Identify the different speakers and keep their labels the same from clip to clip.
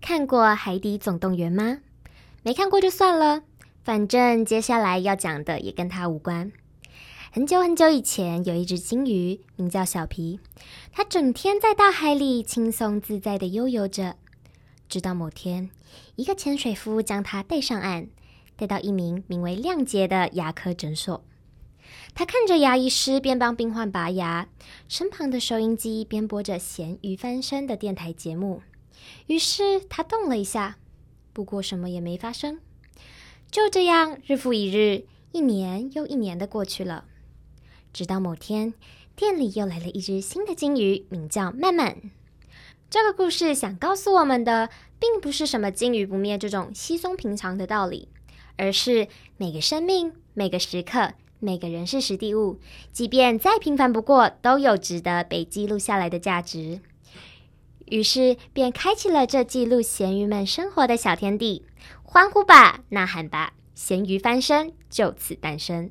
Speaker 1: 看过《海底总动员》吗？没看过就算了，反正接下来要讲的也跟它无关。很久很久以前，有一只金鱼，名叫小皮，它整天在大海里轻松自在的悠游着。直到某天，一个潜水夫将它带上岸，带到一名名为亮杰的牙科诊所。他看着牙医师边帮病患拔牙，身旁的收音机边播着咸鱼翻身的电台节目。于是他动了一下，不过什么也没发生。就这样，日复一日，一年又一年的过去了。直到某天，店里又来了一只新的金鱼，名叫曼曼。这个故事想告诉我们的，并不是什么“金鱼不灭”这种稀松平常的道理，而是每个生命、每个时刻、每个人是实地物，即便再平凡不过，都有值得被记录下来的价值。于是便开启了这记录咸鱼们生活的小天地，欢呼吧，呐喊吧，咸鱼翻身就此诞生。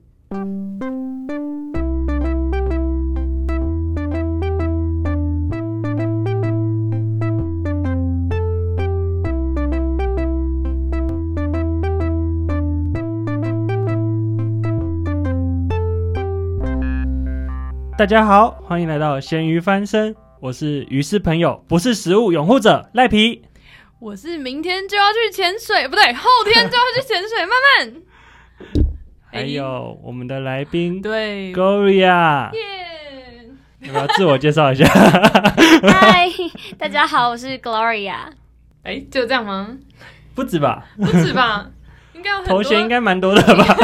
Speaker 2: 大家好，欢迎来到咸鱼翻身，我是鱼是朋友，不是食物拥护者赖皮。
Speaker 3: 我是明天就要去潜水，不对，后天就要去潜水。慢慢，哎
Speaker 2: 还有我们的来宾
Speaker 3: 对，
Speaker 2: Gloria，
Speaker 3: 耶！
Speaker 2: 要不要自我介绍一下？
Speaker 1: 嗨，大家好，我是 Gloria。
Speaker 3: 哎，就这样吗？
Speaker 2: 不止吧，
Speaker 3: 不止吧？应该有很
Speaker 2: 头
Speaker 3: 多，
Speaker 2: 衔应
Speaker 3: 应
Speaker 2: 该蛮多的 吧？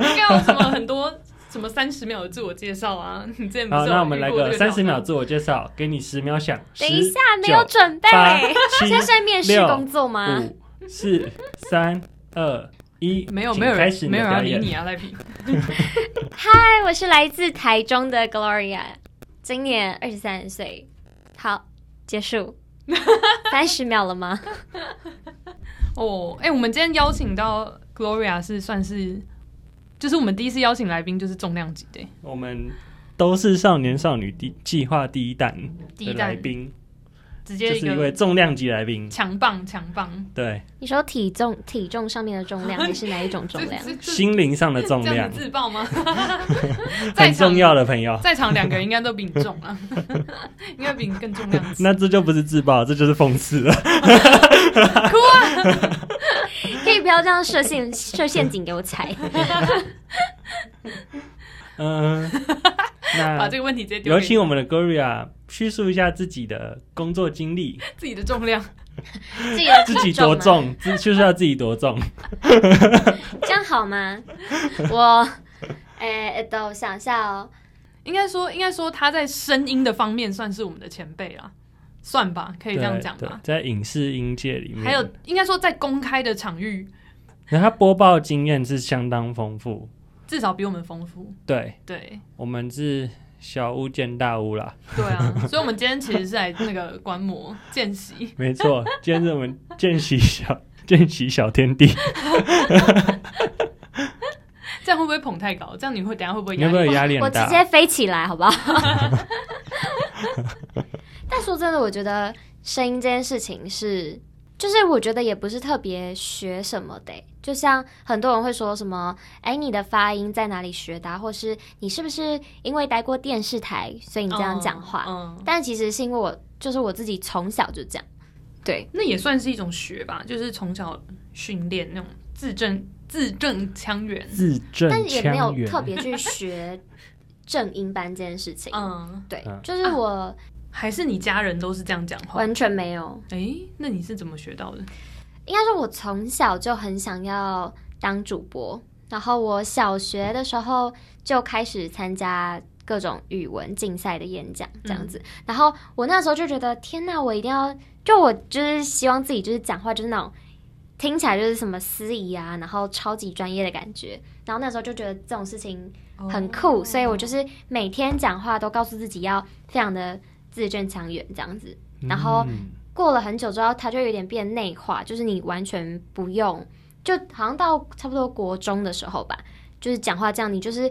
Speaker 3: 该有什么很多什么三十秒的自我介绍啊？你之前不是
Speaker 2: 好，
Speaker 3: 有
Speaker 2: 那我们
Speaker 3: 遇
Speaker 2: 来
Speaker 3: 过
Speaker 2: 个
Speaker 3: 这条
Speaker 2: 三十秒自我介绍，给你十秒想。
Speaker 1: 等一下，
Speaker 2: 10
Speaker 1: 没有准备，
Speaker 2: 八七
Speaker 1: 这是面试
Speaker 2: 六
Speaker 1: 工作吗？
Speaker 2: 五四三二一，
Speaker 3: 没有
Speaker 2: 请
Speaker 3: 没有
Speaker 2: 开
Speaker 3: 人
Speaker 2: 始你
Speaker 3: 没
Speaker 2: 的
Speaker 3: 有人要
Speaker 2: 表
Speaker 3: 理
Speaker 2: 演。
Speaker 3: 你啊，赖皮。
Speaker 1: 嗨，我是来自台中的 Gloria，今年二十三岁。好，结 束。三十秒了吗？
Speaker 3: 哦，哎，我们今天邀请到 Gloria 是算是，就是我们第一次邀请来宾就是重量级的哎
Speaker 2: 我们都是少年少女第计划第一弹
Speaker 3: 第
Speaker 2: 的
Speaker 3: 一
Speaker 2: 来
Speaker 3: 弹，
Speaker 2: 宾，
Speaker 3: 直
Speaker 2: 就
Speaker 3: 接
Speaker 2: 是一位重量级来宾。
Speaker 3: 强棒强棒，
Speaker 2: 对，
Speaker 1: 你说体重体重上面的重量，你是哪一种重量？
Speaker 3: 这这这
Speaker 2: 心灵上的重
Speaker 3: 这
Speaker 2: 量
Speaker 3: 样子自爆吗？在
Speaker 2: 很
Speaker 3: 场
Speaker 2: 重要的朋友，
Speaker 3: 在场两个人应该都比你重啊， 应该比你更重量级。
Speaker 2: 那这就不是自爆，这就是讽刺了。
Speaker 1: 可以不要这样设陷设陷阱给我踩。
Speaker 2: 嗯，
Speaker 3: 把
Speaker 2: 那
Speaker 3: 这个问题直接丢
Speaker 2: 有
Speaker 3: 给
Speaker 2: 请我们的 Gloria 叙述一下自己的工作经 历，
Speaker 3: 自己的重量。
Speaker 1: 自己的
Speaker 2: 自己
Speaker 1: 体重
Speaker 2: 多
Speaker 1: 吗？
Speaker 2: 重，
Speaker 3: 啊
Speaker 2: 自叙述一下自己多重。
Speaker 1: 这样好吗？我，哎、等我想一下哦。
Speaker 3: 应该说，应该说他在声音的方面算是我们的前辈啦，算吧， 可以这样讲
Speaker 2: 对
Speaker 3: 吧。，
Speaker 2: 在影视音界里面，
Speaker 3: 还有，应该说在公开的场域，
Speaker 2: 那他播报经验是相当丰富。
Speaker 3: 至少比我们丰富。
Speaker 2: 对
Speaker 3: 对，
Speaker 2: 我们是小巫见大巫啦，
Speaker 3: 对啊，所以我们今天其实是来那个观摩见习。
Speaker 2: 没错。今天是我们见习小见习小天 地，
Speaker 3: 这样会不会捧太高？这样你会等一下会不会
Speaker 2: 你有
Speaker 3: 压
Speaker 2: 没有
Speaker 3: 力？
Speaker 2: 压力
Speaker 1: 我
Speaker 2: 很
Speaker 1: 直
Speaker 2: 大？
Speaker 1: 接飞起来，好不好？但说真的，我觉得声音这件事情是，就是我觉得也不是特别学什么的欸、就像很多人会说什么，哎、你的发音在哪里学的啊、或是你是不是因为待过电视台，所以你这样讲话？
Speaker 3: 嗯，嗯
Speaker 1: 但其实是因为我，就是我自己从小就这样，对，
Speaker 3: 那也算是一种学吧，就是从小训练那种字正字正腔圆。
Speaker 2: 字正
Speaker 1: 但也没有
Speaker 2: 腔圆，
Speaker 1: 特别去学正音班这件事情。
Speaker 3: 嗯，
Speaker 1: 对
Speaker 2: 嗯，
Speaker 1: 就是我、
Speaker 3: 还是你家人都是这样讲话？
Speaker 1: 完全没有，
Speaker 3: 哎、那你是怎么学到的？
Speaker 1: 应该说我从小就很想要当主播，然后我小学的时候就开始参加。各种语文竞赛的演讲这样子，然后我那时候就觉得天呐，我一定要，就我就是希望自己就是讲话就是那种听起来就是什么司仪啊，然后超级专业的感觉，然后那时候就觉得这种事情
Speaker 3: 哦
Speaker 1: 很酷，所以我就是每天讲话都告诉自己要非常的字正腔圆这样子。然后
Speaker 2: 嗯
Speaker 1: 过了很久之后，它就有点变内化，就是你完全不用，就好像到差不多国中的时候吧，就是讲话这样，你就是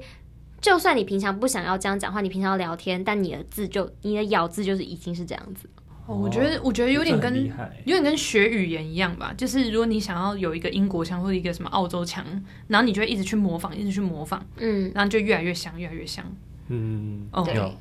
Speaker 1: 就算你平常不想要这样讲话，你平常聊天，但你的字就你的咬字就是已经是这样子。
Speaker 3: 哦，我觉得我觉得有点
Speaker 2: 这很
Speaker 3: 跟
Speaker 2: 厉害
Speaker 3: 有点跟学语言一样吧，就是如果你想要有一个英国腔或者一个什么澳洲腔，然后你就会一直去模仿，一直去模仿，
Speaker 1: 嗯，
Speaker 3: 然后就越来越像，越来越像。
Speaker 2: 嗯，
Speaker 3: 哦，
Speaker 1: 对
Speaker 2: 有，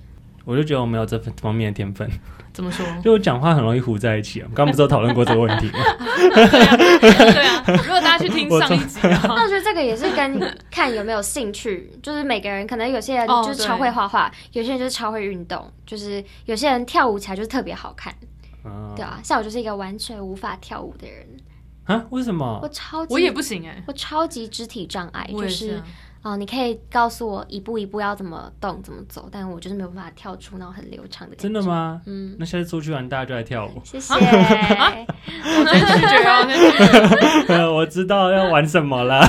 Speaker 2: 我就觉得我没有这份方面的天分，
Speaker 3: 怎 么说？
Speaker 2: 就我讲话很容易糊在一起啊。我们刚刚不是有讨论过这个问题吗？
Speaker 3: 对啊，如果大家去听
Speaker 2: 我
Speaker 3: 上一集啊的话，
Speaker 1: 那我觉得这个也是跟 看有没有兴趣，就是每个人可能有些人
Speaker 3: 哦
Speaker 1: 就是超会画画，有些人就是超会运动，就是有些人跳舞起来就是特别好看，
Speaker 2: 啊
Speaker 3: 嗯
Speaker 1: 对啊，像我就是一个完全无法跳舞的人，
Speaker 2: 啊，为什么
Speaker 1: 我？超级
Speaker 3: 哦我也不行哎、
Speaker 1: 我超级肢体障碍，
Speaker 3: 我
Speaker 1: 就
Speaker 3: 也是
Speaker 1: 是
Speaker 3: 啊、
Speaker 1: 哦、你可以告诉我一步一步要怎么动、怎么走，但我就是没有办法跳出那种很流畅的。
Speaker 2: 真的？吗？
Speaker 1: 嗯，
Speaker 2: 那下次出去玩，大家就来跳舞。
Speaker 1: 谢谢。
Speaker 3: 啊
Speaker 1: 我
Speaker 3: 我先拒绝哦。先拒绝
Speaker 2: 我知道要玩什么了。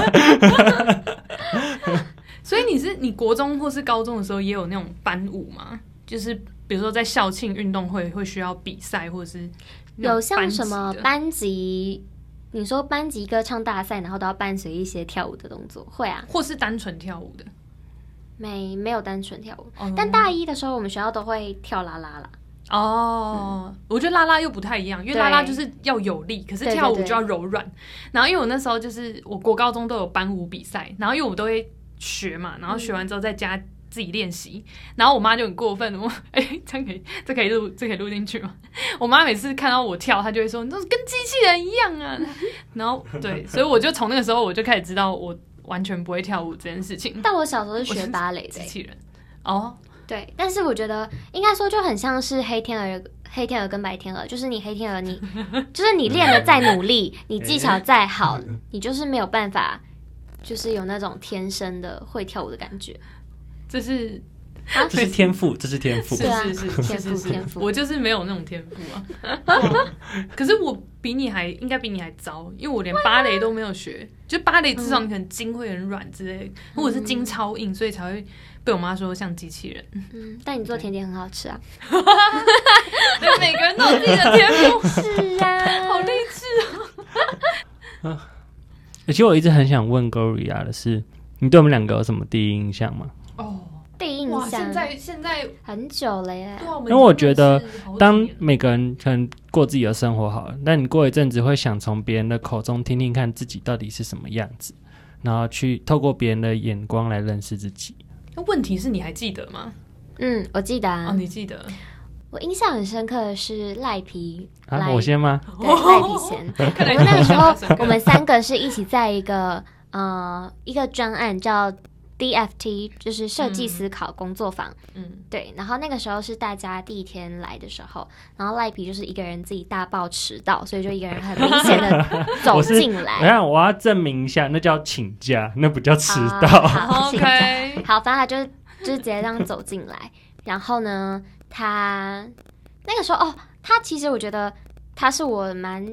Speaker 3: 所以你是你国中或是高中的时候也有那种班舞吗？就是比如说在校庆运动会会需要比赛，或者是那种
Speaker 1: 有像什么
Speaker 3: 班级的
Speaker 1: 班级？你说班级歌唱大赛，然后都要伴随一些跳舞的动作，会啊，
Speaker 3: 或是单纯跳舞的？
Speaker 1: 没没有单纯跳舞。
Speaker 3: 哦
Speaker 1: 但大一的时候，我们学校都会跳啦啦啦，
Speaker 3: 哦，我觉得拉拉又不太一样，因为
Speaker 1: 嗯对
Speaker 3: 拉拉就是要有力，可是
Speaker 1: 对对
Speaker 3: 跳舞
Speaker 1: 对
Speaker 3: 就要柔软。然后因为我那时候就是我国高中都有班舞比赛，然后因为我都会学嘛，然后学完之后在家自己练习。然后我妈就很过分，我哎、这样可以，这可以录，这可以录进去吗？ 我妈每次看到我跳，她就会说：“你都是跟机器人一样啊。” 然后对，所以我就从那个时候我就开始知道我完全不会跳舞这件事情。
Speaker 1: 但我小时候是
Speaker 3: 我
Speaker 1: 学
Speaker 3: 是
Speaker 1: 芭蕾的
Speaker 3: 机
Speaker 1: 欸、
Speaker 3: 器人哦，
Speaker 1: 对，但是我觉得应该说就很像是黑天鹅。黑天鹅跟白天鹅，就是你黑天鹅 你，就是你练的再努力，
Speaker 2: 哎
Speaker 1: 你技巧再好，
Speaker 2: 嗯
Speaker 1: 你就是没有办法，就是有那种天生的会跳舞的感觉。
Speaker 3: 这是
Speaker 2: 这是天赋，这是天赋
Speaker 3: 是。
Speaker 1: 对啊
Speaker 3: 是是是
Speaker 1: 天赋
Speaker 3: 是是
Speaker 1: 天赋
Speaker 3: 我就是没有那种天赋啊。可是我比你还应该比你还糟，因为我连芭蕾都没有学。就芭蕾至少你可能筋会很软之类的，或者是筋超硬，所以才会被我妈说像机器人。
Speaker 1: 嗯，但你做甜点很好吃啊。
Speaker 3: 对， 每个人都有自己的天赋，
Speaker 1: 是啊，
Speaker 3: 好励志。
Speaker 2: 其实我一直很想问 Gloria 的是，你对我们两个有什么第一印象吗？
Speaker 3: 哦，
Speaker 1: 第一印
Speaker 3: 哇！现
Speaker 1: 象
Speaker 3: 在现在，
Speaker 1: 很久了耶
Speaker 3: 对。啊，们
Speaker 2: 因为我觉得
Speaker 3: 真的是好几
Speaker 2: 当
Speaker 3: 年
Speaker 2: 每个人可能过自己的生活好了，那你过一阵子会想从别人的口中听听看自己到底是什么样子，然后去透过别人的眼光来认识自己。
Speaker 3: 那问题是你还记得吗？
Speaker 1: 嗯，我记得
Speaker 3: 哦，
Speaker 1: 啊，
Speaker 3: 你记得？
Speaker 1: 我印象很深刻的是赖皮
Speaker 2: 啊，
Speaker 1: 来
Speaker 2: 我先吗？
Speaker 1: 对赖皮贤，
Speaker 3: 看来，
Speaker 1: 我们那个时候我们三个是一起在一个呃一个专案叫 DFT，就是设计思考工作坊。
Speaker 3: 嗯，
Speaker 1: 对，然后那个时候是大家第一天来的时候，然后赖皮就是一个人自己大爆迟到，所以就一个人很明显的走
Speaker 2: 我是
Speaker 1: 进
Speaker 2: 我
Speaker 1: 来。
Speaker 2: 看我要证明一下，那叫请假，那不叫迟
Speaker 1: 啊
Speaker 2: 到。
Speaker 1: 好请假
Speaker 3: OK，
Speaker 1: 好，反正他就是就是直接这样走进来，然后呢，他那个时候哦，他其实我觉得他是我蛮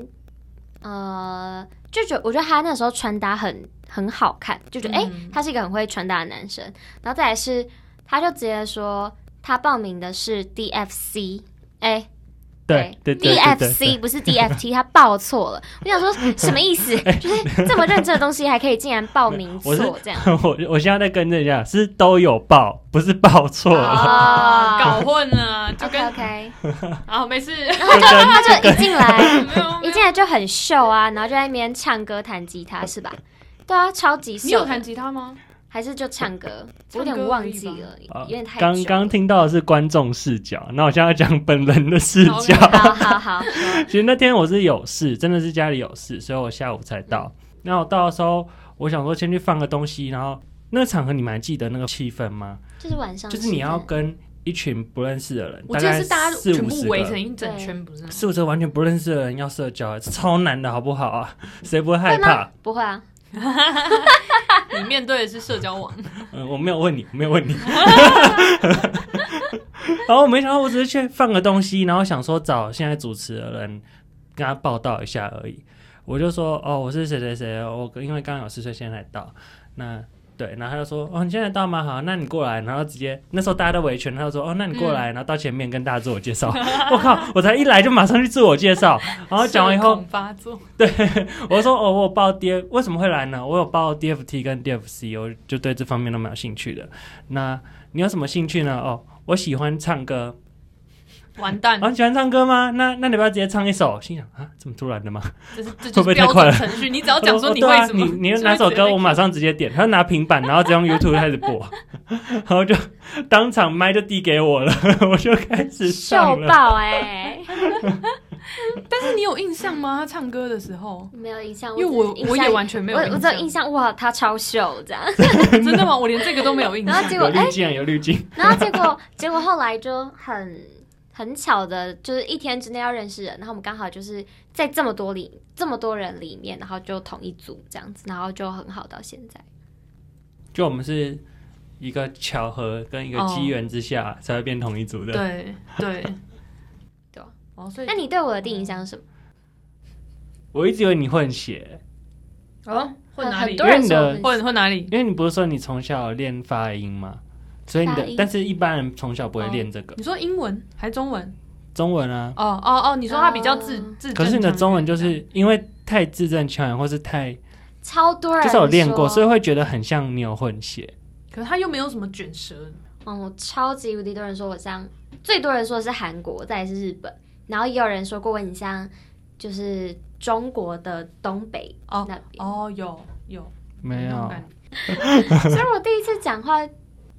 Speaker 1: 呃，就觉我觉得他那时候穿搭很很好看，就觉得哎、
Speaker 3: 嗯
Speaker 1: 他是一个很会穿搭的男生。然后再来是，他就直接说他报名的是 DFC，哎、
Speaker 2: 对对对对对对
Speaker 1: ，DFC 不是 DFT，他报错了。我想说什么意思？就是这么认真的东西，还可以竟然报名
Speaker 2: 哎我
Speaker 1: 错
Speaker 2: 是
Speaker 1: 这样？
Speaker 2: 我我现在再更正一下，是都有报，不是报错 了。
Speaker 1: 哦
Speaker 3: 啊搞混了，就
Speaker 1: OK
Speaker 3: 跟
Speaker 1: OK，
Speaker 3: 好没事，
Speaker 2: 就 跟
Speaker 1: 他就一进来，
Speaker 3: 没有没
Speaker 1: 一
Speaker 3: 有。
Speaker 1: 进来就很秀啊，然后就在那边唱歌弹吉他是吧？对啊，超级
Speaker 3: 你有
Speaker 1: 秀的，
Speaker 3: 弹吉他吗？
Speaker 1: 还是就唱歌？我
Speaker 3: 唱歌
Speaker 1: 有点忘记了，
Speaker 2: 啊
Speaker 1: 有点太久了
Speaker 2: 刚刚听到的是观众视角，那我现在要讲本人的视
Speaker 3: 好
Speaker 2: 角。
Speaker 1: 好好好，
Speaker 2: 其实那天我是有事，真的是家里有事，所以我下午才到。
Speaker 1: 嗯
Speaker 2: 那我到的时候，我想说先去放个东西，然后那个场合你们还记得那个气氛吗？
Speaker 1: 就是晚上
Speaker 2: 就是你要跟一群不认识的人，
Speaker 3: 我记得是大家
Speaker 2: 四
Speaker 3: 全
Speaker 2: 五
Speaker 3: 部
Speaker 2: 十
Speaker 3: 围成
Speaker 2: 个。
Speaker 3: 一整圈， 不是吗？
Speaker 2: 四五十个完全不认识的人要社交，超难的好不好啊？ 谁不会害
Speaker 1: 会吗
Speaker 2: 怕？？
Speaker 1: 不会啊，
Speaker 3: 你面对的是社交网，
Speaker 2: 嗯，我没有问你，我没有问你。然后我没想到，我只是去放个东西，然后想说找现在主持的人跟他报道一下而已。我就说哦，我是谁谁谁，我因为刚刚有事，所以现在才到。那对，然后他就说哦，你现在到吗？好，那你过来，然后直接那时候大家都围圈，他就说哦，那你过来，然后到前面跟大家自我介绍。 我靠，我才一来就马上去自我介绍，然后讲完以
Speaker 3: 社
Speaker 2: 后，
Speaker 3: 恐发作，
Speaker 2: 我说哦，我有报 D，为什么会来呢？我有报 DFT 跟 DFC，我就对这方面都蛮有兴趣的。那你有什么兴趣呢？哦，我喜欢唱歌。
Speaker 3: 完 蛋，
Speaker 2: 啊，你喜欢唱歌吗？那那你不要直接唱一首。心想啊，这么突然的吗？
Speaker 3: 这是这
Speaker 2: 会
Speaker 3: 就
Speaker 2: 不会太快
Speaker 3: 是标准
Speaker 2: 了
Speaker 3: 程序。你只要哦讲说
Speaker 2: 我
Speaker 3: 你
Speaker 2: 对
Speaker 3: 会
Speaker 2: 啊
Speaker 3: 什么，
Speaker 2: 你你
Speaker 3: 就会
Speaker 2: 哪首
Speaker 3: 直接
Speaker 2: 歌，
Speaker 3: 被
Speaker 2: 我马上直接点。他就拿平板，然后直 接用 YouTube 开始播，然后就当场麦就递给我了， 我就开始
Speaker 1: 秀
Speaker 2: 上了。
Speaker 1: 爆 哎、
Speaker 3: 但是你有印象吗？他唱歌的时候，
Speaker 1: 没有印象，
Speaker 3: 因为我
Speaker 1: 啊只是印
Speaker 3: 我也
Speaker 1: 象
Speaker 3: 完全没有
Speaker 1: 我
Speaker 3: 印
Speaker 1: 我只有印象哇，他超秀这样，
Speaker 3: 真的吗？我连这个都没有印
Speaker 1: 然
Speaker 3: 象
Speaker 1: 后。结
Speaker 2: 有
Speaker 1: 果哎、
Speaker 2: 滤镜啊，有滤镜。
Speaker 1: 然后结果结果后来就很很巧的，就是一天之内要认识人，然后我们刚好就是在这么多里这么多人里面，然后就同一组这样子，然后就很好到现在。
Speaker 2: 就我们是一个巧合跟一个机缘之下才会变同一组的。
Speaker 3: 哦对对
Speaker 1: 对啊
Speaker 3: 哦，所以
Speaker 1: 那你对我的第一印象是什么？
Speaker 2: 我一直以为你混血，
Speaker 3: 哦混
Speaker 1: 很
Speaker 3: 哪
Speaker 1: 很
Speaker 3: 里
Speaker 1: 多？人
Speaker 2: 因为你
Speaker 1: 说嗯
Speaker 2: 的
Speaker 1: 我
Speaker 3: 混混哪里？
Speaker 2: 因为你不是说你从小练发音吗？所以你
Speaker 1: 发
Speaker 2: 的
Speaker 1: 音，
Speaker 2: 但是一般人从小不会练这个、
Speaker 3: 你说英文还是中文？
Speaker 2: 中文啊。
Speaker 3: 哦哦哦，你说他比较自
Speaker 1: 哦
Speaker 3: 自，
Speaker 2: 可是你的中文就是因为太字正腔圆，或是太
Speaker 1: 超多人
Speaker 2: 就是有练过，所
Speaker 1: 以
Speaker 2: 以会觉得很像你有混血。
Speaker 3: 可是他又没有什么卷舌，
Speaker 1: 嗯，我超级无敌多人说我像，最多人说的是韩国，再来是日本，然后也有人说过我很像，就是中国的东北
Speaker 3: 哦
Speaker 1: 那边。
Speaker 3: 哦，有有
Speaker 2: 没
Speaker 3: 那种
Speaker 2: 有，
Speaker 3: 感觉
Speaker 1: 所以我第一次讲话，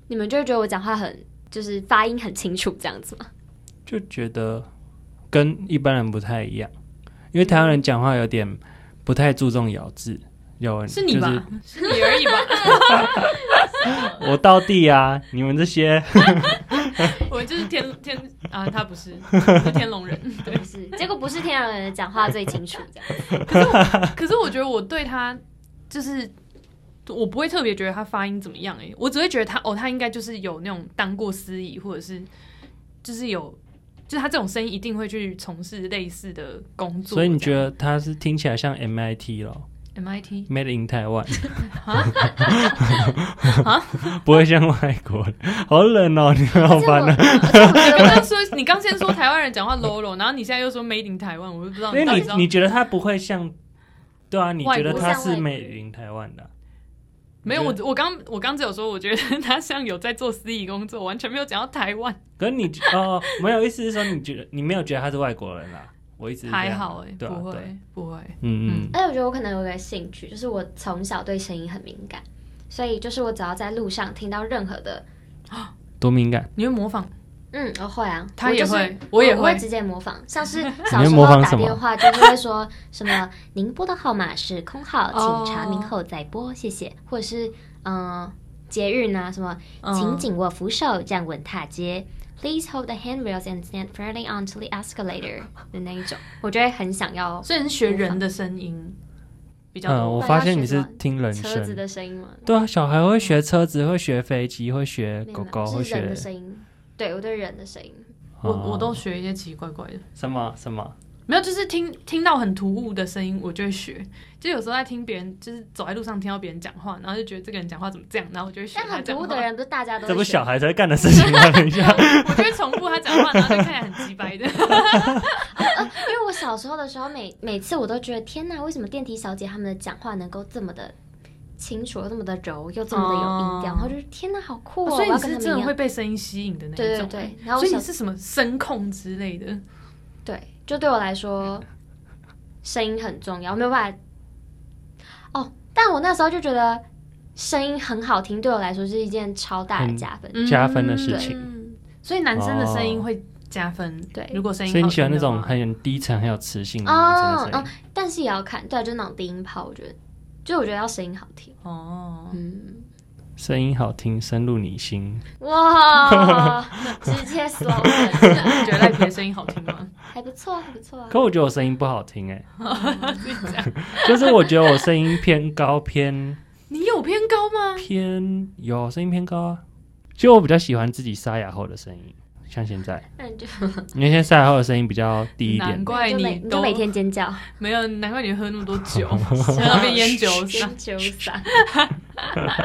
Speaker 1: 你们就会觉得我讲话很就是发音很清楚这样子吗？
Speaker 2: 就觉得跟一般人不太一样，因为台湾人讲话有点不太注重咬字。有人
Speaker 3: 是你吧？ 是你而已吧？
Speaker 2: 就是、我到地啊，你们这些
Speaker 3: 我就是天天啊，他不是，我是 天龙人。对，
Speaker 1: 就是，结果不是天然人讲话最清楚这样。
Speaker 3: 可是我觉得我对他就是。我不会特别觉得他发音怎么样哎、我只会觉得他哦，他应该就是有那种当过司仪，或者是就是有，就是他这种声音一定会去从事类似的工作。
Speaker 2: 所以你觉得他是听起来像 MIT 咯
Speaker 3: 这样 MIT
Speaker 2: m a d e in Taiwan，不会像外国的，好冷哦，你 们好
Speaker 1: 结果
Speaker 2: 烦啊！
Speaker 3: 你刚刚说，你刚先说台湾人讲话 low low，然后你现在又说 made in 台湾，我就不知道
Speaker 2: 因为
Speaker 3: 到底
Speaker 2: 你
Speaker 3: 知道
Speaker 2: 你觉得他不会像，对啊，你觉得
Speaker 3: 外国
Speaker 2: 他
Speaker 1: 像外
Speaker 2: 是
Speaker 1: 国
Speaker 2: 美林台湾的啊、
Speaker 3: 没有
Speaker 2: 你
Speaker 3: 我
Speaker 2: 觉得，
Speaker 3: 我刚我刚只有说，我觉得他像有在做司仪工作，完全没有讲到台湾，
Speaker 2: 可是你哦，没有意思是说你觉得你没有觉得他是外国人啦、我一直
Speaker 3: 还好哎、
Speaker 2: 对啊
Speaker 3: 不
Speaker 2: 对
Speaker 3: 会不会，
Speaker 2: 嗯嗯，
Speaker 1: 而且我觉得我可能有个兴趣，就是我从小对声音很敏感，所以就是我只要在路上听到任何的，
Speaker 2: 多敏感，
Speaker 3: 你会模仿，
Speaker 1: 嗯，我会啊，
Speaker 3: 他
Speaker 1: 我
Speaker 3: 也
Speaker 1: 就是
Speaker 3: 会，我也
Speaker 1: 我会
Speaker 3: 会，
Speaker 1: 直接模仿，像 是小
Speaker 2: 会
Speaker 1: 时候
Speaker 2: 模仿
Speaker 1: 打
Speaker 2: 什么
Speaker 1: 电话就是会说什么“您拨的号码是空号，
Speaker 3: 哦
Speaker 1: 请查明后再拨，谢谢”，或者是嗯、节日呢什么“
Speaker 3: 嗯
Speaker 1: 请紧握扶手，站稳踏阶”。Please hold the handrails and stand firmly onto the escalator 的那一种，我就会很想要
Speaker 3: 所以你是学人的声音比较
Speaker 2: 嗯，我
Speaker 3: 多，
Speaker 2: 发现你是听人
Speaker 1: 车子
Speaker 2: 声，
Speaker 1: 的声音吗？
Speaker 2: 对啊，小孩会学车子，会学飞机，会学
Speaker 1: 没有
Speaker 2: 狗狗，
Speaker 1: 没有
Speaker 2: 会
Speaker 1: 是人
Speaker 2: 学
Speaker 1: 的声音。对，我对人的声音，
Speaker 3: 我我都
Speaker 2: 哦
Speaker 3: 学一些奇奇怪怪的。
Speaker 2: 什么什么，
Speaker 3: 没有，就是听听到很突兀的声音，我就会学。就有时候在听别人，就是走在路上听到别人讲话，然后就觉得这个人讲话怎么这样，然后我就会学
Speaker 1: 但
Speaker 3: 他
Speaker 1: 很
Speaker 3: 讲
Speaker 1: 突
Speaker 3: 话。
Speaker 1: 兀的人不是大家都
Speaker 2: 这不
Speaker 1: 会
Speaker 2: 是小
Speaker 1: 学
Speaker 2: 孩才会干的事情吗？等一下，
Speaker 3: 我就会重复他讲话，然后就看起来很鸡掰的。
Speaker 1: 因为我小时候的时候，每每次我都觉得天哪，为什么电梯小姐她们的讲话能够这么的清楚，又这么的柔，又这么的有音调，然
Speaker 3: 哦
Speaker 1: 后就是天哪，好酷哦！
Speaker 3: 所以
Speaker 1: 我
Speaker 3: 你
Speaker 1: 要跟
Speaker 3: 是
Speaker 1: 她
Speaker 3: 真
Speaker 1: 们
Speaker 3: 的
Speaker 1: 一
Speaker 3: 会
Speaker 1: 样。
Speaker 3: 被声音吸引的那一
Speaker 1: 对对
Speaker 3: 种。
Speaker 1: 对，然后
Speaker 3: 所
Speaker 1: 我
Speaker 3: 以
Speaker 1: 小
Speaker 3: 你是什么声控之类的？
Speaker 1: 对，就对我来说，声音很重要，没有办法。哦，但我那时候就觉得声音很好听，对我来说是一件超大的
Speaker 2: 很嗯
Speaker 1: 加分。
Speaker 2: 加分的事情哦
Speaker 3: 情。嗯所以男生的声音会加分。
Speaker 1: 对
Speaker 3: 如果声音
Speaker 2: 所以你
Speaker 3: 好
Speaker 2: 喜欢
Speaker 3: 听
Speaker 2: 那
Speaker 3: 的
Speaker 2: 种
Speaker 3: 话
Speaker 2: 很有低沉、很有磁性的男
Speaker 1: 哦
Speaker 2: 生的声
Speaker 1: 哦
Speaker 2: 音，，
Speaker 1: 但是也要看，对，啊就是那种低音炮，我觉得，就我觉得要声音好听。
Speaker 3: 哦，
Speaker 1: 嗯，
Speaker 2: 声音好听，深入你心。
Speaker 1: 哇，直接 slow，
Speaker 3: 你觉得赖皮的声音好 听吗？
Speaker 1: 还不错，还不错啊。
Speaker 2: 可我觉得我声音不好 听哎、就是我觉得我声音偏高，偏
Speaker 3: 你有偏高吗？
Speaker 2: 偏有声音偏高啊。其实我比较喜欢自己沙哑后的声音，像现在，
Speaker 1: 那你就
Speaker 2: 因为现在沙哑后的声音比较低一
Speaker 3: 难
Speaker 2: 点。
Speaker 3: 怪
Speaker 1: 就每
Speaker 3: 你
Speaker 1: 你就
Speaker 3: 都
Speaker 1: 每天尖叫，
Speaker 3: 没有，难怪你喝那么多 酒，现在要被烟酒伤。
Speaker 1: 尖叫嗓。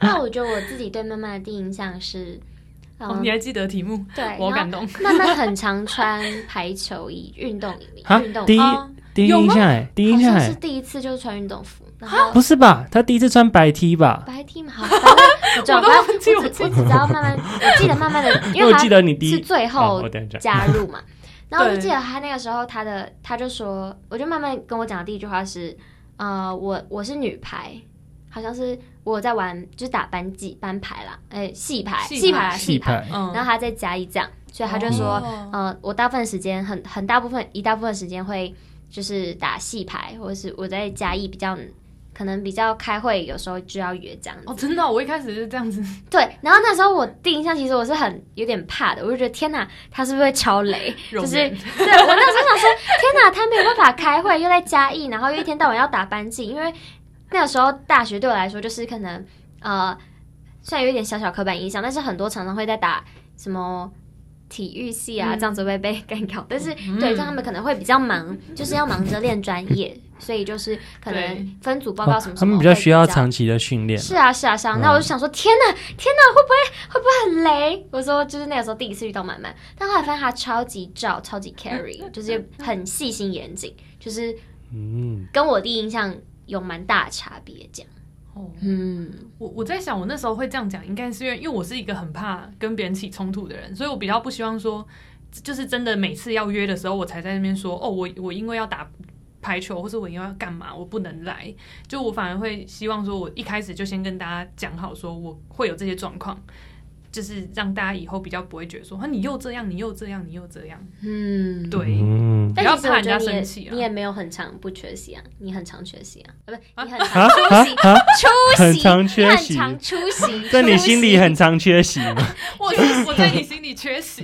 Speaker 1: 那我觉得我自己对曼曼的第一印象是，
Speaker 3: 哦，
Speaker 1: 嗯
Speaker 3: 你，还记得题目？
Speaker 1: 对，
Speaker 3: 我
Speaker 1: 然
Speaker 3: 感
Speaker 1: 后
Speaker 3: 动。
Speaker 1: 曼曼很常穿排球衣、运动衣、
Speaker 2: 哈
Speaker 1: 运动
Speaker 2: 第
Speaker 1: 衣
Speaker 2: 一
Speaker 3: 哦
Speaker 2: 第一
Speaker 3: 有
Speaker 2: 印
Speaker 3: 吗
Speaker 2: 象哎，第一印
Speaker 1: 好
Speaker 2: 象
Speaker 1: 像
Speaker 2: 哎
Speaker 1: 是，第一次就是穿运动服，然后
Speaker 2: 不是吧？他第一次穿白 T 吧？
Speaker 1: 白 T 嘛，好，反正不重要，
Speaker 3: 我都
Speaker 1: 反正
Speaker 3: 忘记
Speaker 1: 我
Speaker 3: 我
Speaker 1: 只我只知道慢慢，我记得慢慢的，因
Speaker 2: 因
Speaker 1: 为
Speaker 2: 为我
Speaker 1: 他
Speaker 2: 记得你第
Speaker 1: 是
Speaker 2: 一，
Speaker 1: 最
Speaker 2: 好
Speaker 1: 后
Speaker 2: 我等一下
Speaker 1: 加
Speaker 2: 讲。
Speaker 1: 入嘛。然后我就
Speaker 3: 对
Speaker 1: 记得他那个时候，他的他就说，我就慢慢跟我讲的第一句话是，呃，我我是女排，好像是我在玩，就是打班级班牌啦，哎，戏牌，
Speaker 3: 戏
Speaker 1: 戏
Speaker 3: 牌
Speaker 1: 牌啦，
Speaker 2: 戏
Speaker 1: 戏牌。
Speaker 2: 牌，
Speaker 3: 嗯，
Speaker 1: 然后他再加一这样，所以他就说，
Speaker 3: 哦
Speaker 1: 呃，我大部分时间很很大部分一大部分时间会就是打戏牌，或者是我在嘉义比较可能比较开会，有时候就要约这样子。
Speaker 3: 哦，真的哦、我一开始是这样子，
Speaker 1: 对，然后那时候我第一印象其实我是很有点怕的，我就觉得天哪，他是不是会超雷？就
Speaker 3: 容
Speaker 1: 是
Speaker 3: 忍
Speaker 1: 对我那时候想说，天哪，他没有办法开会，又在嘉义，然后又一天到晚要打班级，因为那个时候大学对我来说就是可能呃，虽然有一点小小刻板印象，但是很多常常会在打什么。体育系啊，
Speaker 3: 嗯
Speaker 1: 这样子会被干掉，但是、
Speaker 3: 嗯
Speaker 1: 对，像他们可能会比较忙，就是要忙着练专业，所以就是可
Speaker 3: 对
Speaker 1: 能分组报告
Speaker 2: 哦
Speaker 1: 什么什么、
Speaker 2: 他们比较需要长期的训练。
Speaker 1: 是啊，是啊，是啊。
Speaker 2: 嗯
Speaker 1: 那我就想说，天哪，天哪，会不会会不会很雷？我说就是那个时候第一次遇到满满，但后来发现他超级照，超级 carry，就是很细心严谨，就是
Speaker 2: 嗯，
Speaker 1: 跟我第一印象有蛮大的差别。这样，
Speaker 3: 哦，
Speaker 1: 嗯，
Speaker 3: 我我在想，我那时候会这样讲，应该是因为因为我是一个很怕跟别人起冲突的人，所以我比较不希望说，就是真的每次要约的时候，我才在那边说，哦，我我因为要打排球，或是我因为要干嘛，我不能来。就我反而会希望说，我一开始就先跟大家讲好，说我会有这些状况，就是让大家以后比较不会觉得说，啊，你又这样，你又这样，你又这样。
Speaker 1: 嗯，
Speaker 3: 对
Speaker 2: 嗯，
Speaker 1: 但
Speaker 3: 不要
Speaker 1: 其实我
Speaker 3: 怕人
Speaker 1: 觉
Speaker 3: 家
Speaker 1: 得你也
Speaker 3: 生气啊
Speaker 1: 你也没有很常不缺席啊，你很常缺席啊，呃，不，你很
Speaker 2: 啊
Speaker 1: 常
Speaker 2: 啊
Speaker 1: 出席，
Speaker 2: 啊！
Speaker 1: 出
Speaker 2: 很
Speaker 1: 席，
Speaker 2: 常
Speaker 1: 你
Speaker 2: 缺
Speaker 1: 很
Speaker 2: 席，
Speaker 1: 常出 席，
Speaker 2: 在你
Speaker 1: 出
Speaker 2: 心里
Speaker 1: 席
Speaker 2: 很常缺席吗？
Speaker 3: 我就是我在你心里缺席，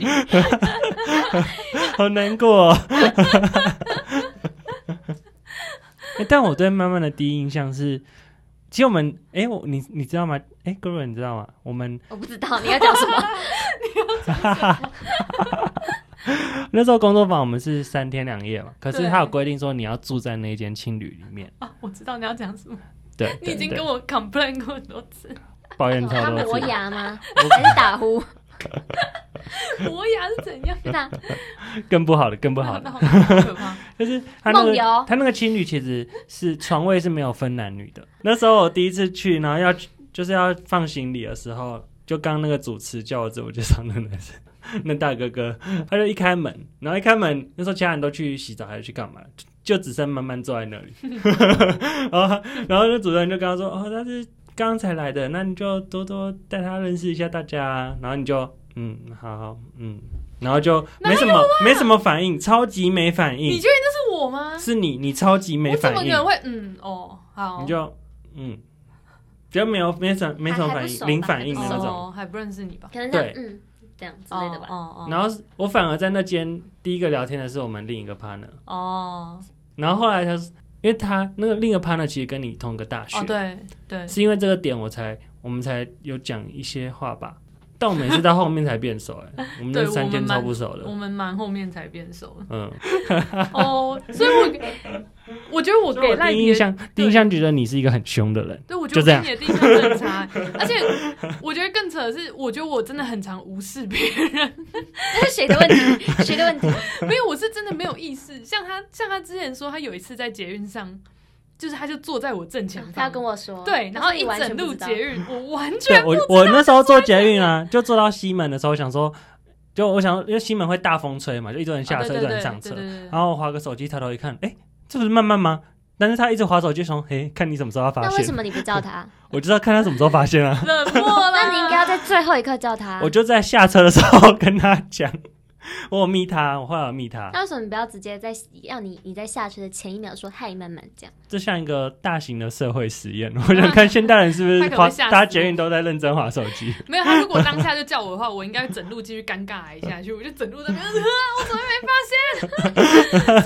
Speaker 2: 好难过、哦 欸但我对曼曼的第一印象是，其实我们，哎、我你你知道吗？哎、哥哥你知道吗？我们
Speaker 1: 我不知道你要讲什 么，
Speaker 2: 那时候工作坊我们是三天两夜嘛，可是
Speaker 3: 对
Speaker 2: 他有规定说你要住在那间青旅里面，
Speaker 3: 啊，我知道你要讲什么，
Speaker 2: 对，
Speaker 3: 你已
Speaker 2: 对
Speaker 3: 经
Speaker 2: 对
Speaker 3: 跟我 complain 过很多次，
Speaker 2: 抱怨
Speaker 1: 他
Speaker 2: 超多
Speaker 1: 磨
Speaker 2: 次，
Speaker 1: 牙吗？还是打 呼？
Speaker 3: 磨牙是怎样？
Speaker 1: 那
Speaker 2: 更不好的，更不好的。
Speaker 3: 那好可怕。
Speaker 2: 就是他那
Speaker 1: 梦
Speaker 2: 个
Speaker 1: 游
Speaker 2: 他那个青旅其实是床位是没有分男女的。那时候我第一次去，然后要去就是要放行李的时候，就刚那个主持叫我自我介绍那个 男生，那大哥哥，他就一开门，然后一开门，那时候其他人都去洗澡还是去干嘛，就就只剩慢慢坐在那里。 然后然后那主持人就跟他说：“哦，他是刚才来的，那你就多多带他认识一下大家啊。”然后你就嗯，好好，嗯。然后就没什么、没什么反应，超级没反应。
Speaker 3: 你确定那是我吗？
Speaker 2: 是你，你超级没
Speaker 3: 啊我怎
Speaker 2: 反
Speaker 3: 么可
Speaker 2: 应，
Speaker 3: 能会？嗯，哦，好，
Speaker 2: 你就嗯，比较没有没什么没什么
Speaker 1: 还还
Speaker 2: 反
Speaker 1: 不熟
Speaker 2: 应，
Speaker 1: 吧
Speaker 2: 零反应的那种。
Speaker 3: 哦，还不认识你吧？
Speaker 1: 可能这样
Speaker 2: 对，
Speaker 1: 嗯，这样之
Speaker 3: 哦
Speaker 1: 类的吧。
Speaker 3: 哦
Speaker 2: 然后是我反而在那间第一个聊天的是我们另一个 partner，
Speaker 3: 哦哦
Speaker 2: 然后后来他是因为他那个另一个 partner 其实跟你同个大学，
Speaker 3: 哦，对对，
Speaker 2: 是因为这个点我才我们才有讲一些话吧。但我们也是到后面才变熟、哎，我们
Speaker 3: 对
Speaker 2: 那三天超不熟
Speaker 3: 我
Speaker 2: 的，
Speaker 3: 们蛮后面才变熟的
Speaker 2: 嗯。
Speaker 3: 哦，所以 我我觉得我
Speaker 2: 所以
Speaker 3: 给
Speaker 2: 我
Speaker 3: 赖
Speaker 2: 第一
Speaker 3: 皮
Speaker 2: 印
Speaker 3: 的，
Speaker 2: 象，第一印象觉得你是一个很凶的人，
Speaker 3: 对我觉
Speaker 2: 就
Speaker 3: 得
Speaker 2: 这样
Speaker 3: 我给你的第一印象真的很差，欸而且我觉得更扯的是，我觉得我真的很常无视别 人，
Speaker 1: 这是谁的问题？ 谁的问题？
Speaker 3: 没有，我是真的没有意识。像他，像他之前说，他有一次在捷运上，就是他就坐在我正前
Speaker 1: 他要
Speaker 3: 方，
Speaker 1: 跟我说，
Speaker 3: 对，然
Speaker 1: 哦但
Speaker 3: 后
Speaker 1: 是
Speaker 3: 一
Speaker 1: 你完全
Speaker 3: 整
Speaker 1: 不
Speaker 3: 路
Speaker 1: 知道
Speaker 3: 捷 运，我完
Speaker 2: 对
Speaker 3: 全
Speaker 2: 我我那时候坐捷运啊，就坐到西门的时候，想说，就我想，因为西门会大风吹嘛，就一堆人
Speaker 3: 哦
Speaker 2: 下车，一堆人上车，啊然后我划个手机，抬头一看，哎，这不是慢慢吗？但是他一直划手机，从嘿，看你什么时候要发
Speaker 1: 那为什
Speaker 2: 现，
Speaker 1: 么你不叫 他？
Speaker 2: 我就知道看他什么时候发现啊。
Speaker 3: 冷漠了。
Speaker 1: 那你应该要在最后一刻叫他。
Speaker 2: 我就在下车的时候 跟他讲，我有密他，我后来有密他，
Speaker 1: 那为什么你不要直接在要你你在下车的前一秒说嗨慢慢这样？
Speaker 2: 这像一个大型的社会实验。我想看现代人是不是
Speaker 3: 他可能会
Speaker 2: 划
Speaker 3: 吓死
Speaker 2: 大家捷运都在认真划手机。
Speaker 3: 没有他，如果当下就叫我的话，我应该整路继续尴尬癌下去，我就整路在那边， 呃我怎么没发现？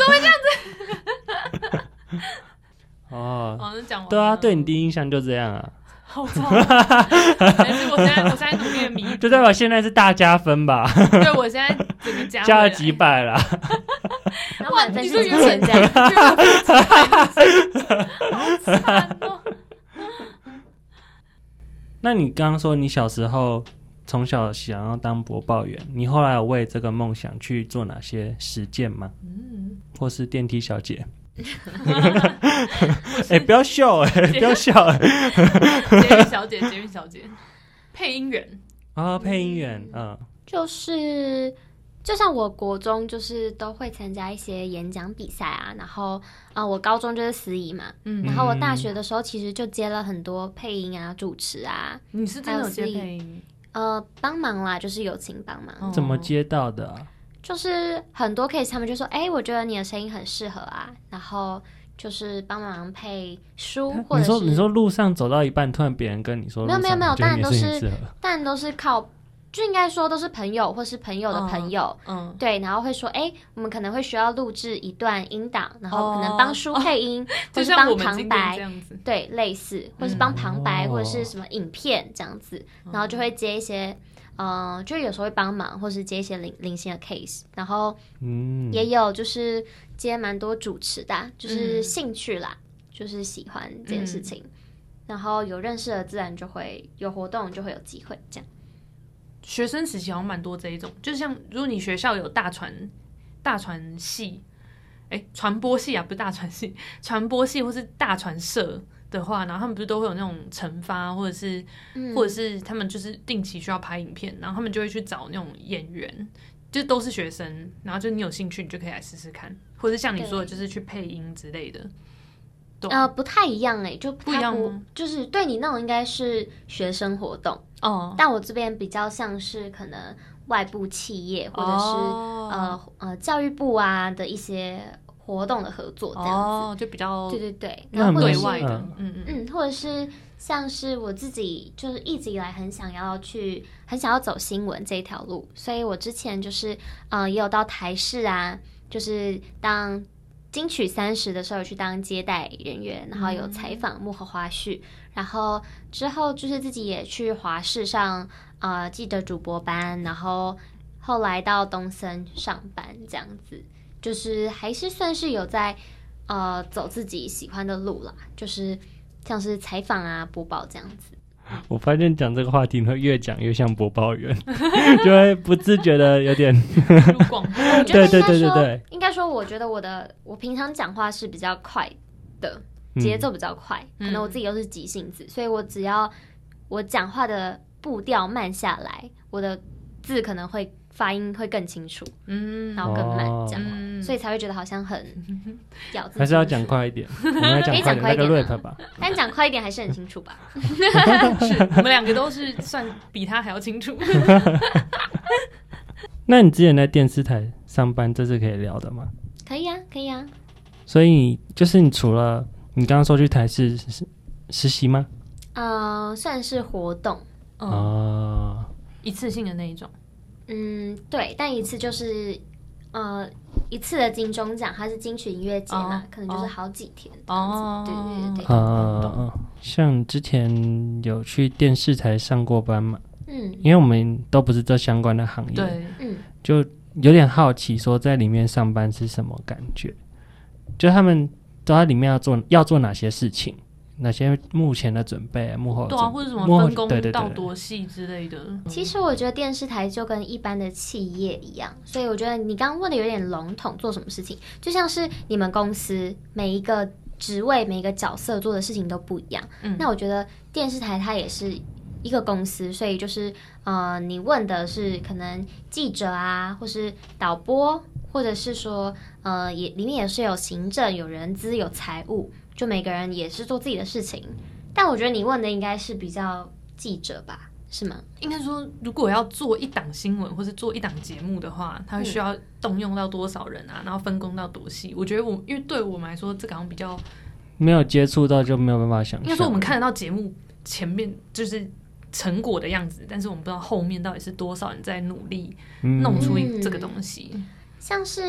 Speaker 2: 哦，
Speaker 3: 哦，那讲完了
Speaker 2: 对啊，对你，第一印象就这样啊，
Speaker 3: 好糟啊。还是我现在，我现在努力的弥补，
Speaker 2: 就代表现在是大加分吧，
Speaker 3: 对我现在整个加回来
Speaker 2: 加了几百啦。
Speaker 1: 然后
Speaker 3: 哇，
Speaker 1: 满分
Speaker 3: 你
Speaker 1: 是
Speaker 3: 说
Speaker 1: 几
Speaker 3: 原
Speaker 1: 分
Speaker 3: 本
Speaker 1: 这样？
Speaker 3: 原本是几 百好惨哦。
Speaker 2: 那你刚刚说你小时候从小想要当播报员，你后来有为这个梦想去做哪些实践吗？
Speaker 3: 嗯，
Speaker 2: 或是电梯小姐？哎、不要笑哎、不要笑哎、
Speaker 3: 捷运小姐，捷运小姐，配音员，
Speaker 2: 啊、配音员，嗯，
Speaker 1: 就是就像我国中就是都会参加一些演讲比赛啊，然后啊、呃我高中就是司仪嘛，然
Speaker 3: 嗯，
Speaker 1: 后我大学的时候其实就接了很多配音啊、主持啊，
Speaker 3: 你哦是真的有接配音？
Speaker 1: 呃，帮忙啦，就是友情帮忙，
Speaker 3: 哦
Speaker 2: 嗯怎么？接到的啊、
Speaker 1: 就是很多 case 他们就说，哎、我觉得你的声音很适合啊，然后就是帮忙配书或
Speaker 2: 你
Speaker 1: 者
Speaker 2: 说
Speaker 1: 是
Speaker 2: 你说路上走到一半，突然别人跟你说路
Speaker 1: 没有
Speaker 2: 上，
Speaker 1: 没有没有当然
Speaker 2: 你觉得你的
Speaker 1: 都
Speaker 2: 声音
Speaker 1: 是
Speaker 2: 适合
Speaker 1: 但都是靠，就应该说都是朋友或是朋友的朋友。
Speaker 3: 嗯，
Speaker 1: 对，然后会说，哎、我们可能会需要录制一段音档，然后可能
Speaker 3: 哦
Speaker 1: 帮书配 音，
Speaker 3: 就
Speaker 1: 或是
Speaker 3: 像
Speaker 1: 帮
Speaker 3: 我们今
Speaker 1: 旁白，
Speaker 3: 天这样子，
Speaker 1: 对，类似，或是
Speaker 3: 嗯哦
Speaker 1: 帮旁白、或者
Speaker 2: 哦
Speaker 1: 是什么影片这样子，然后就会接一些，嗯、呃，就有时候会帮忙，或是接一些零零星的 case，然后
Speaker 2: 嗯，
Speaker 1: 也有就是接蛮多主持的啊、就是
Speaker 3: 嗯
Speaker 1: 兴趣啦，就是喜欢这件事
Speaker 3: 嗯
Speaker 1: 情，然后有认识的自然就会有活动，就会有机会这样。
Speaker 3: 学生时期好像蛮多这一种，就像如果你学校有大传大传系，哎、传播系啊，不是大传系，传播系啊或是大传社的话，然后他们不是都会有那种惩罚，或者是、
Speaker 1: 嗯
Speaker 3: 或者是他们就是定期需要拍影片，然后他们就会去找那种演员，就都是学生，然后就你有兴趣，你就可以来试试看，或者像你说的，
Speaker 1: 对
Speaker 3: 就是去配音之类的，对啊
Speaker 1: 呃，不太一样哎、就
Speaker 3: 不一
Speaker 1: 它
Speaker 3: 样吗
Speaker 1: 就是对你那种应该是学生活动，
Speaker 3: 哦，
Speaker 1: 但我这边比较像是可能外部企业或者是、
Speaker 3: 哦
Speaker 1: 呃呃教育部啊的一些活动的合作这样子。
Speaker 3: 哦，就比较
Speaker 1: 对对对，
Speaker 2: 那
Speaker 1: 然后
Speaker 2: 很
Speaker 1: 或者
Speaker 3: 对
Speaker 1: 是
Speaker 3: 外的
Speaker 2: 嗯，
Speaker 3: 嗯嗯
Speaker 1: 嗯，或者是像是我自己就是一直以来很想要去，很想要走新闻这一条路，所以我之前就是嗯、呃也有到台视啊，就是当金曲三十的时候有去当接待人员，然后有采访幕后花絮，然后之后就是自己也去华视上呃记者主播班，然后后来到东森上班这样子，就是还是算是有在呃走自己喜欢的路啦，就是像是采访啊、播报这样子。
Speaker 2: 我发现讲这个话题，你会越讲越像播报员， 就会不自觉的有点
Speaker 3: 嗯，入广播
Speaker 1: 我觉得应
Speaker 2: 对
Speaker 1: 该
Speaker 2: 对对
Speaker 1: 说，
Speaker 2: 对对
Speaker 1: 应该说，我觉得我的我平常讲话是比较快的，节、奏比较快，
Speaker 3: 嗯
Speaker 1: 可能我自己又是急性子，所以我只要我讲话的步调慢下来，我的字可能会发音会更清楚，
Speaker 3: 嗯
Speaker 1: 然后更慢
Speaker 2: 哦
Speaker 1: 这样。
Speaker 3: 嗯
Speaker 1: 所以才会觉得好像很 咬字，
Speaker 2: 还是要讲，快 一点，我们要讲快
Speaker 1: 可以讲快
Speaker 2: 点，
Speaker 1: 一
Speaker 2: 那
Speaker 1: 点
Speaker 2: 个
Speaker 1: 啊
Speaker 2: rap 吧。
Speaker 1: 但讲快一点还是很清楚吧。
Speaker 3: 是我们两个都是算比他还要清 楚。
Speaker 2: 那你之前在电视台上班，这是可以聊的吗？
Speaker 1: 可以啊，可以啊，
Speaker 2: 所以你就是你除了你刚刚说去台视实实习吗？
Speaker 1: 呃，算是活动，
Speaker 3: 嗯，
Speaker 2: 哦，
Speaker 3: 一次性的那一种。
Speaker 1: 嗯，对，但一次就是呃一次的金钟奖，它是金曲音乐节嘛，
Speaker 3: 哦
Speaker 1: 可能就是
Speaker 3: 哦
Speaker 1: 好几天这样子。
Speaker 3: 哦
Speaker 1: 对对对对，
Speaker 2: 啊，像之前有去电视台上过班嘛？
Speaker 1: 嗯
Speaker 2: 因为我们都不是这相关的行业，
Speaker 3: 对，
Speaker 1: 嗯，
Speaker 2: 就有点好奇，说在里面上班是什么感觉？就他们都在里面要做要做哪些事情，哪些目前的准备，幕后的
Speaker 3: 对啊，
Speaker 2: 准
Speaker 3: 或者什么
Speaker 2: 幕后
Speaker 3: 分工
Speaker 2: 对对对
Speaker 3: 到
Speaker 2: 对
Speaker 3: 多细之类的。
Speaker 1: 其实我觉得电视台就跟一般的企业一样，所以我觉得你刚刚问的有点笼统，做什么事情，就像是你们公司每一个职位、每一个角色做的事情都不一样。
Speaker 3: 嗯
Speaker 1: 那我觉得电视台它也是一个公司，所以就是呃，你问的是可能记者啊，或是导播，或者是说呃，也里面也是有行政、有人资、有财务，就每个人也是做自己的事情。但我觉得你问的应该是比较记者吧，是吗？
Speaker 3: 应该说，如果要做一档新闻或是做一档节目的话，它会需要动用到多少人啊？然后分工到多细？我觉得我因为对我们来说，这个好像比较
Speaker 2: 没有接触到就没有办法想象。
Speaker 3: 应该说我们看得到节目前面就是成果的样子，但是我们不知道后面到底是多少人在努力
Speaker 2: 嗯
Speaker 3: 弄出一这个东西。
Speaker 1: 像是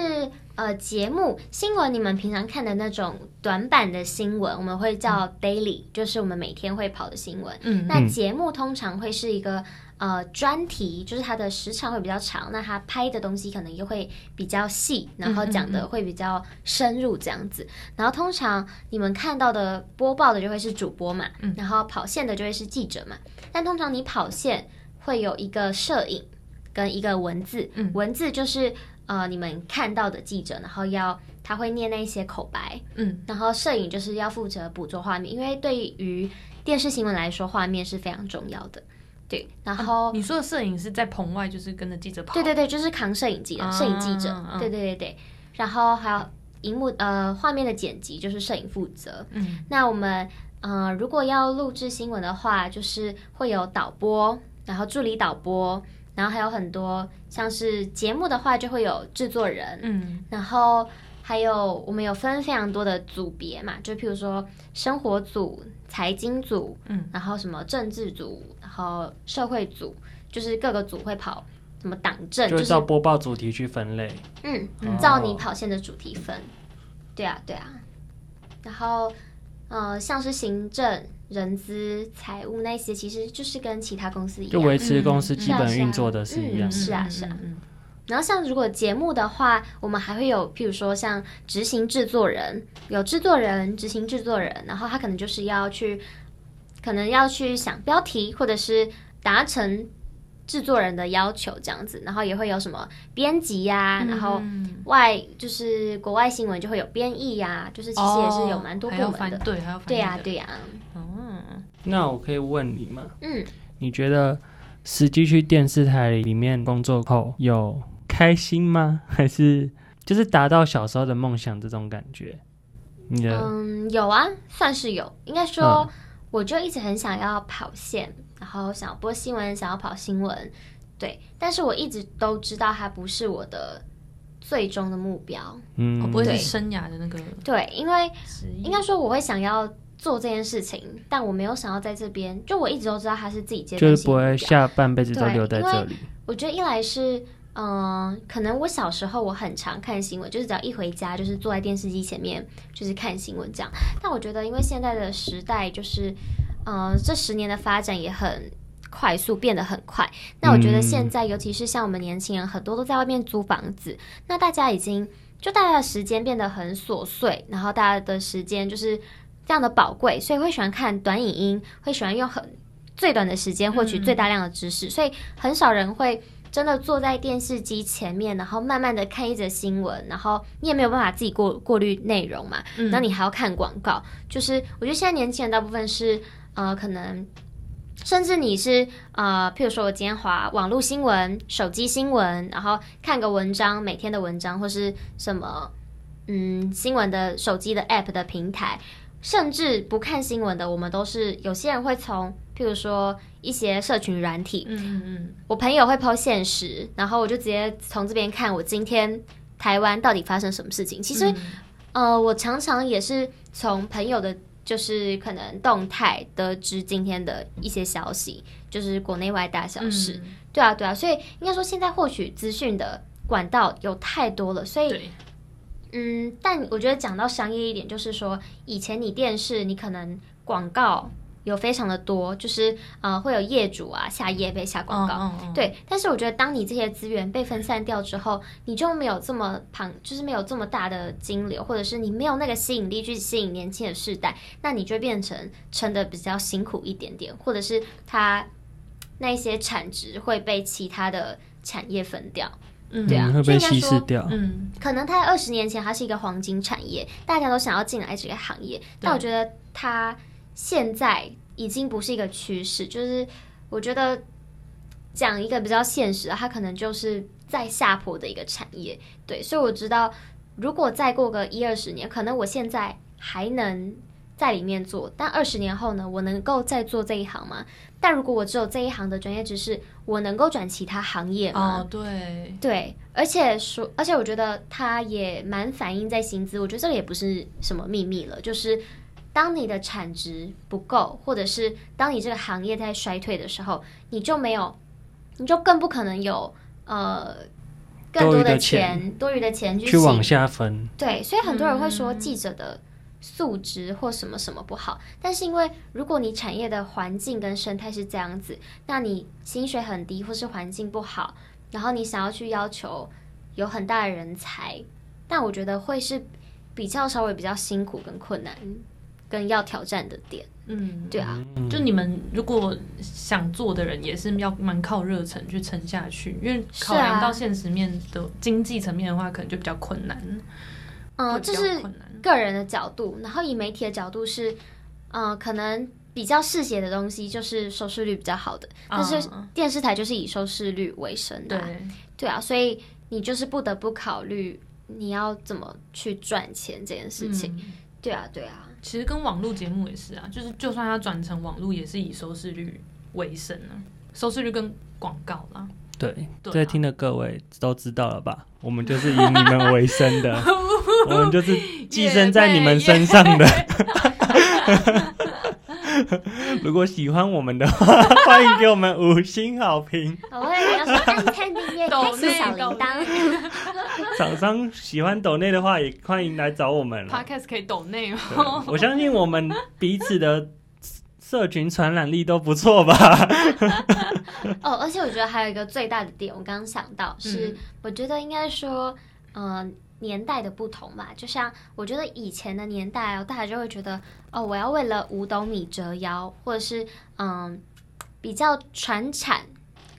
Speaker 1: 呃节目新闻，你们平常看的那种短版的新闻，我们会叫 daily，、就是我们每天会跑的新闻。
Speaker 3: 嗯
Speaker 1: 那节目通常会是一个呃专题，就是它的时长会比较长，那它拍的东西可能也会比较细，然后讲
Speaker 3: 嗯
Speaker 1: 的会比较深入这样子。然后通常你们看到的播报的就会是主播嘛，
Speaker 3: 嗯
Speaker 1: 然后跑线的就会是记者嘛。但通
Speaker 3: 嗯
Speaker 1: 常你跑线会有一个摄影跟一个文字，文字就是。呃你们看到的记者，然后要他会念那一些口白，
Speaker 3: 嗯，
Speaker 1: 然后摄影就是要负责捕捉画面，因为对于电视新闻来说，画面是非常重要的。对，然后、
Speaker 3: 你说的摄影是在棚外，啊就是跟着记者跑，
Speaker 1: 对对对，就是扛摄影机的摄影记者
Speaker 3: 啊，
Speaker 1: 对对对对，然后还有荧幕呃画面的剪辑就是摄影负责。
Speaker 3: 嗯，
Speaker 1: 那我们呃如果要录制新闻的话，就是会有导播，然后助理导播，然后还有很多像是节目的话就会有制作人，
Speaker 3: 嗯
Speaker 1: 然后还有我们有分非常多的组别嘛，就譬如说生活组、财经组，
Speaker 3: 嗯，
Speaker 1: 然后什么政治组，然后社会组，就是各个组会跑什么党政，就
Speaker 2: 就
Speaker 1: 是是
Speaker 2: 照播报主题去分类。
Speaker 1: 嗯
Speaker 3: 哦
Speaker 2: 嗯，
Speaker 1: 照你跑线的主题分。对啊，对啊。然后呃，像是行政、人资、财务那些，其实就是跟其他公司一
Speaker 2: 就
Speaker 1: 样，
Speaker 2: 维持公司基本运作的是一样
Speaker 1: 嗯。是啊是啊，
Speaker 3: 嗯
Speaker 1: 然后像如果节目的话，我们还会有，譬如说像执行制作人，有制作人、执行制作人，然后他可能就是要去，可能要去想标题，或者是达成制作人的要求这样子，然后也会有什么编辑
Speaker 3: 嗯
Speaker 1: 呀、然后外就是国外新闻就会有编译呀、就是其实也是有蛮多部
Speaker 3: 哦还要
Speaker 1: 门
Speaker 3: 翻
Speaker 1: 的，
Speaker 3: 对，还要翻
Speaker 1: 对啊呀、
Speaker 3: 译的，
Speaker 1: 对呀、
Speaker 3: 嗯，
Speaker 2: 那我可以问你吗？
Speaker 1: 嗯，
Speaker 2: 你觉得实际去电视台里面工作后有开心吗？还是就是达到小时候的梦想这种感觉？你的、嗯
Speaker 1: 嗯，有啊，算是有。应该说，我就一直很想要跑线，然后想要播新闻，想要跑新闻，对。但是我一直都知道它不是我的最终的目标，
Speaker 2: 嗯，
Speaker 3: 我哦不会
Speaker 1: 对
Speaker 3: 是生涯的那个
Speaker 1: 对，因为
Speaker 3: 职业，
Speaker 1: 应该说我会想要做这件事情，但我没有想要在这边，就我一直都知道它是自己接
Speaker 2: 就
Speaker 1: 近
Speaker 2: 是不会下半辈子都
Speaker 1: 对
Speaker 2: 留在
Speaker 1: 因为
Speaker 2: 这里。
Speaker 1: 我觉得一来是，嗯、可能我小时候我很常看新闻，就是只要一回家就是坐在电视机前面就是看新闻这样。但我觉得，因为现在的时代就是，嗯、这十年的发展也很。快速变得很快，那我觉得现在，尤其是像我们年轻人，很多都在外面租房子，那大家已经就大家的时间变得很琐碎，然后大家的时间就是非常的宝贵，所以会喜欢看短影音，会喜欢用很最短的时间获取最大量的知识，所以很少人会真的坐在电视机前面，然后慢慢的看一则新闻，然后你也没有办法自己过过滤内容嘛，那、你还要看广告，就是我觉得现在年轻人大部分是呃可能。甚至你是呃，譬如说我今天划网络新闻、手机新闻，然后看个文章，每天的文章或是什么，嗯，新闻的手机的 app 的平台，甚至不看新闻的，我们都是有些人会从，譬如说一些社群软体，
Speaker 3: 嗯嗯
Speaker 1: 我朋友会抛现实，然后我就直接从这边看我今天台湾到底发生什么事
Speaker 3: 嗯
Speaker 1: 情。其实，呃，我常常也是从朋友的，就是可能动态得知今天的一些消息，就是国内外大小
Speaker 3: 嗯，
Speaker 1: 事。对啊，对啊，所以应该说现在获取资讯的管道有太多了，所以
Speaker 3: 对，
Speaker 1: 嗯，但我觉得讲到商业一点，就是说以前你电视你可能广告有非常的多，就是呃会有业主啊下业被下广告。
Speaker 3: 嗯嗯嗯
Speaker 1: 对，但是我觉得当你这些资源被分散掉之后，你就没有这么庞，就是没有这么大的金流，或者是你没有那个吸引力去吸引年轻的世代，那你就会变成撑的比较辛苦一点点，或者是它那一些产值会被其他的产业分掉。
Speaker 3: 嗯
Speaker 1: 对啊
Speaker 2: 嗯、会被
Speaker 1: 所以
Speaker 2: 稀
Speaker 1: 应该说
Speaker 2: 释掉。
Speaker 3: 嗯
Speaker 1: 可能它二十年前它是一个黄金产业，大家都想要进来这个行业，但我觉得它现在已经不是一个趋势，就是我觉得讲一个比较现实的，它可能就是在下坡的一个产业。对，所以我知道，如果再过个一二十年，可能我现在还能。在里面做，但二十年后呢？我能够再做这一行吗？但如果我只有这一行的专业知识，我能够转其他行业吗？
Speaker 3: 哦对，
Speaker 1: 对，而且说，而且我觉得它也蛮反映在薪资，我觉得这个也不是什么秘密了，就是当你的产值不够，或者是当你这个行业在衰退的时候，你就没有，你就更不可能有呃更
Speaker 2: 多余
Speaker 1: 多
Speaker 2: 的
Speaker 1: 的
Speaker 2: 钱
Speaker 1: 钱，多余的钱去
Speaker 2: 去
Speaker 1: 吸
Speaker 2: 往下分，
Speaker 1: 对，所以很多人会说
Speaker 3: 嗯
Speaker 1: 记者的素质或什么什么不好，但是因为如果你产业的环境跟生态是这样子，那你薪水很低或是环境不好，然后你想要去要求有很大的人才，那我觉得会是比较稍微比较辛苦跟困难。跟要挑战的点。
Speaker 3: 嗯，
Speaker 1: 对啊，
Speaker 2: 嗯
Speaker 3: 就你们如果想做的人，也是要蛮靠热忱去撑下去，因为
Speaker 1: 是啊
Speaker 3: 考量到现实面的经济层面的话，可能就比较困难，
Speaker 1: 嗯、
Speaker 3: 会比
Speaker 1: 这
Speaker 3: 较
Speaker 1: 是
Speaker 3: 困难。
Speaker 1: 个人的角度，然后以媒体的角度是，嗯、可能比较嗜血的东西就是收视率比较好的，但是
Speaker 3: 嗯
Speaker 1: 电视台就是以收视率为生的、
Speaker 3: 对
Speaker 1: 啊，对啊，所以你就是不得不考虑你要怎么去赚钱这件事情。
Speaker 3: 嗯
Speaker 1: 对啊，对啊，
Speaker 3: 其实跟网络节目也是啊，就是就算它转成网络，也是以收视率为生啊，收视率跟广告啦。
Speaker 2: 对，
Speaker 3: 对啊
Speaker 2: 在听的各位都知道了吧？我们就是以你们为生 的，我们就是寄生在你们身上的。如果喜欢我们的话，欢迎给我们五星好评。
Speaker 1: 好，我也要说按赞订阅，开
Speaker 3: 抖
Speaker 1: 启
Speaker 3: 内
Speaker 1: 小铃
Speaker 3: 抖
Speaker 1: 铛。
Speaker 2: 厂商喜欢抖内的话，也欢迎来找我们啦。
Speaker 3: Podcast 可以抖内
Speaker 2: 对
Speaker 3: 哦，
Speaker 2: 我相信我们彼此的社群传染力都不错吧？
Speaker 1: 哦，而且我觉得还有一个最大的点，我刚刚想到是，
Speaker 3: 嗯
Speaker 1: 我觉得应该说，嗯、年代的不同吧，就像我觉得以前的年代哦，大家就会觉得哦，我要为了五斗米折腰，或者是嗯，比较传产，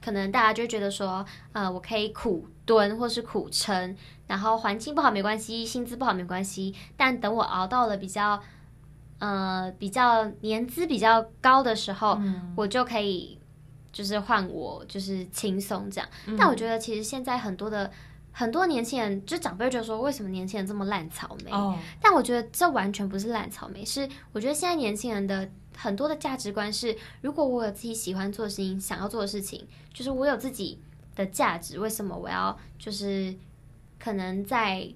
Speaker 1: 可能大家就会觉得说，呃，我可以苦蹲或是苦撑，然后环境不好没关系，薪资不好没关系，但等我熬到了比较，呃，比较年资比较高的时候，我就可以就是换我就是轻松这样。
Speaker 3: 嗯
Speaker 1: 但我觉得其实现在很多的很多年轻人，就长辈就说为什么年轻人这么烂草莓？
Speaker 3: 哦，
Speaker 1: 但我觉得这完全不是烂草莓，是我觉得现在年轻人的很多的价值观是，如果我有自己喜欢做的事情，想要做的事情，就是我有自己的价值，为什么我要就是可能在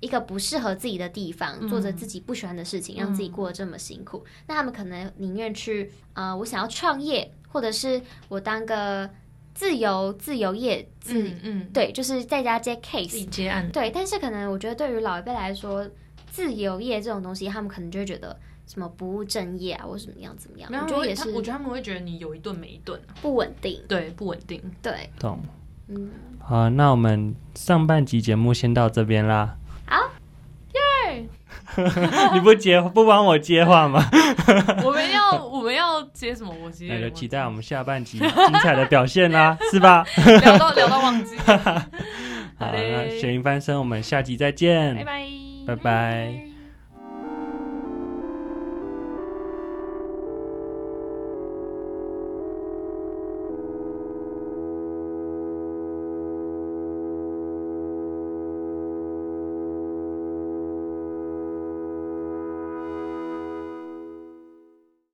Speaker 1: 一个不适合自己的地方
Speaker 3: 嗯
Speaker 1: 做着自己不喜欢的事情，让自己过得这么辛苦？那他们可能宁愿去呃，我想要创业，或者是我当个自由自由业自、
Speaker 3: 嗯嗯，
Speaker 1: 对，就是在家接 case，
Speaker 3: 自己接案，
Speaker 1: 对，但是可能我觉得对于老一辈来说，自由业这种东西，他们可能就会觉得什么不务正业啊，或什么样怎么样，
Speaker 3: 没有，
Speaker 1: 我觉得也
Speaker 3: 他
Speaker 1: 是
Speaker 3: 我觉得他们会觉得你有一顿没一顿啊，
Speaker 1: 不稳定。
Speaker 3: 对，不稳定。
Speaker 1: 对，
Speaker 2: 懂。
Speaker 1: 嗯，
Speaker 2: 好，那我们上半集节目先到这边啦。
Speaker 1: 好，
Speaker 3: 耶！
Speaker 2: 你不接不帮我接话 吗？
Speaker 3: 我们要我们要接什么？我其实有
Speaker 2: 那就
Speaker 3: 点忘记
Speaker 2: 期待我们下半集精彩的表现 啦，是吧？
Speaker 3: 聊到聊到忘 记。
Speaker 2: 好，
Speaker 3: 好嘞
Speaker 2: 那雪云翻身，我们下集再见，
Speaker 3: 拜拜，
Speaker 2: 拜拜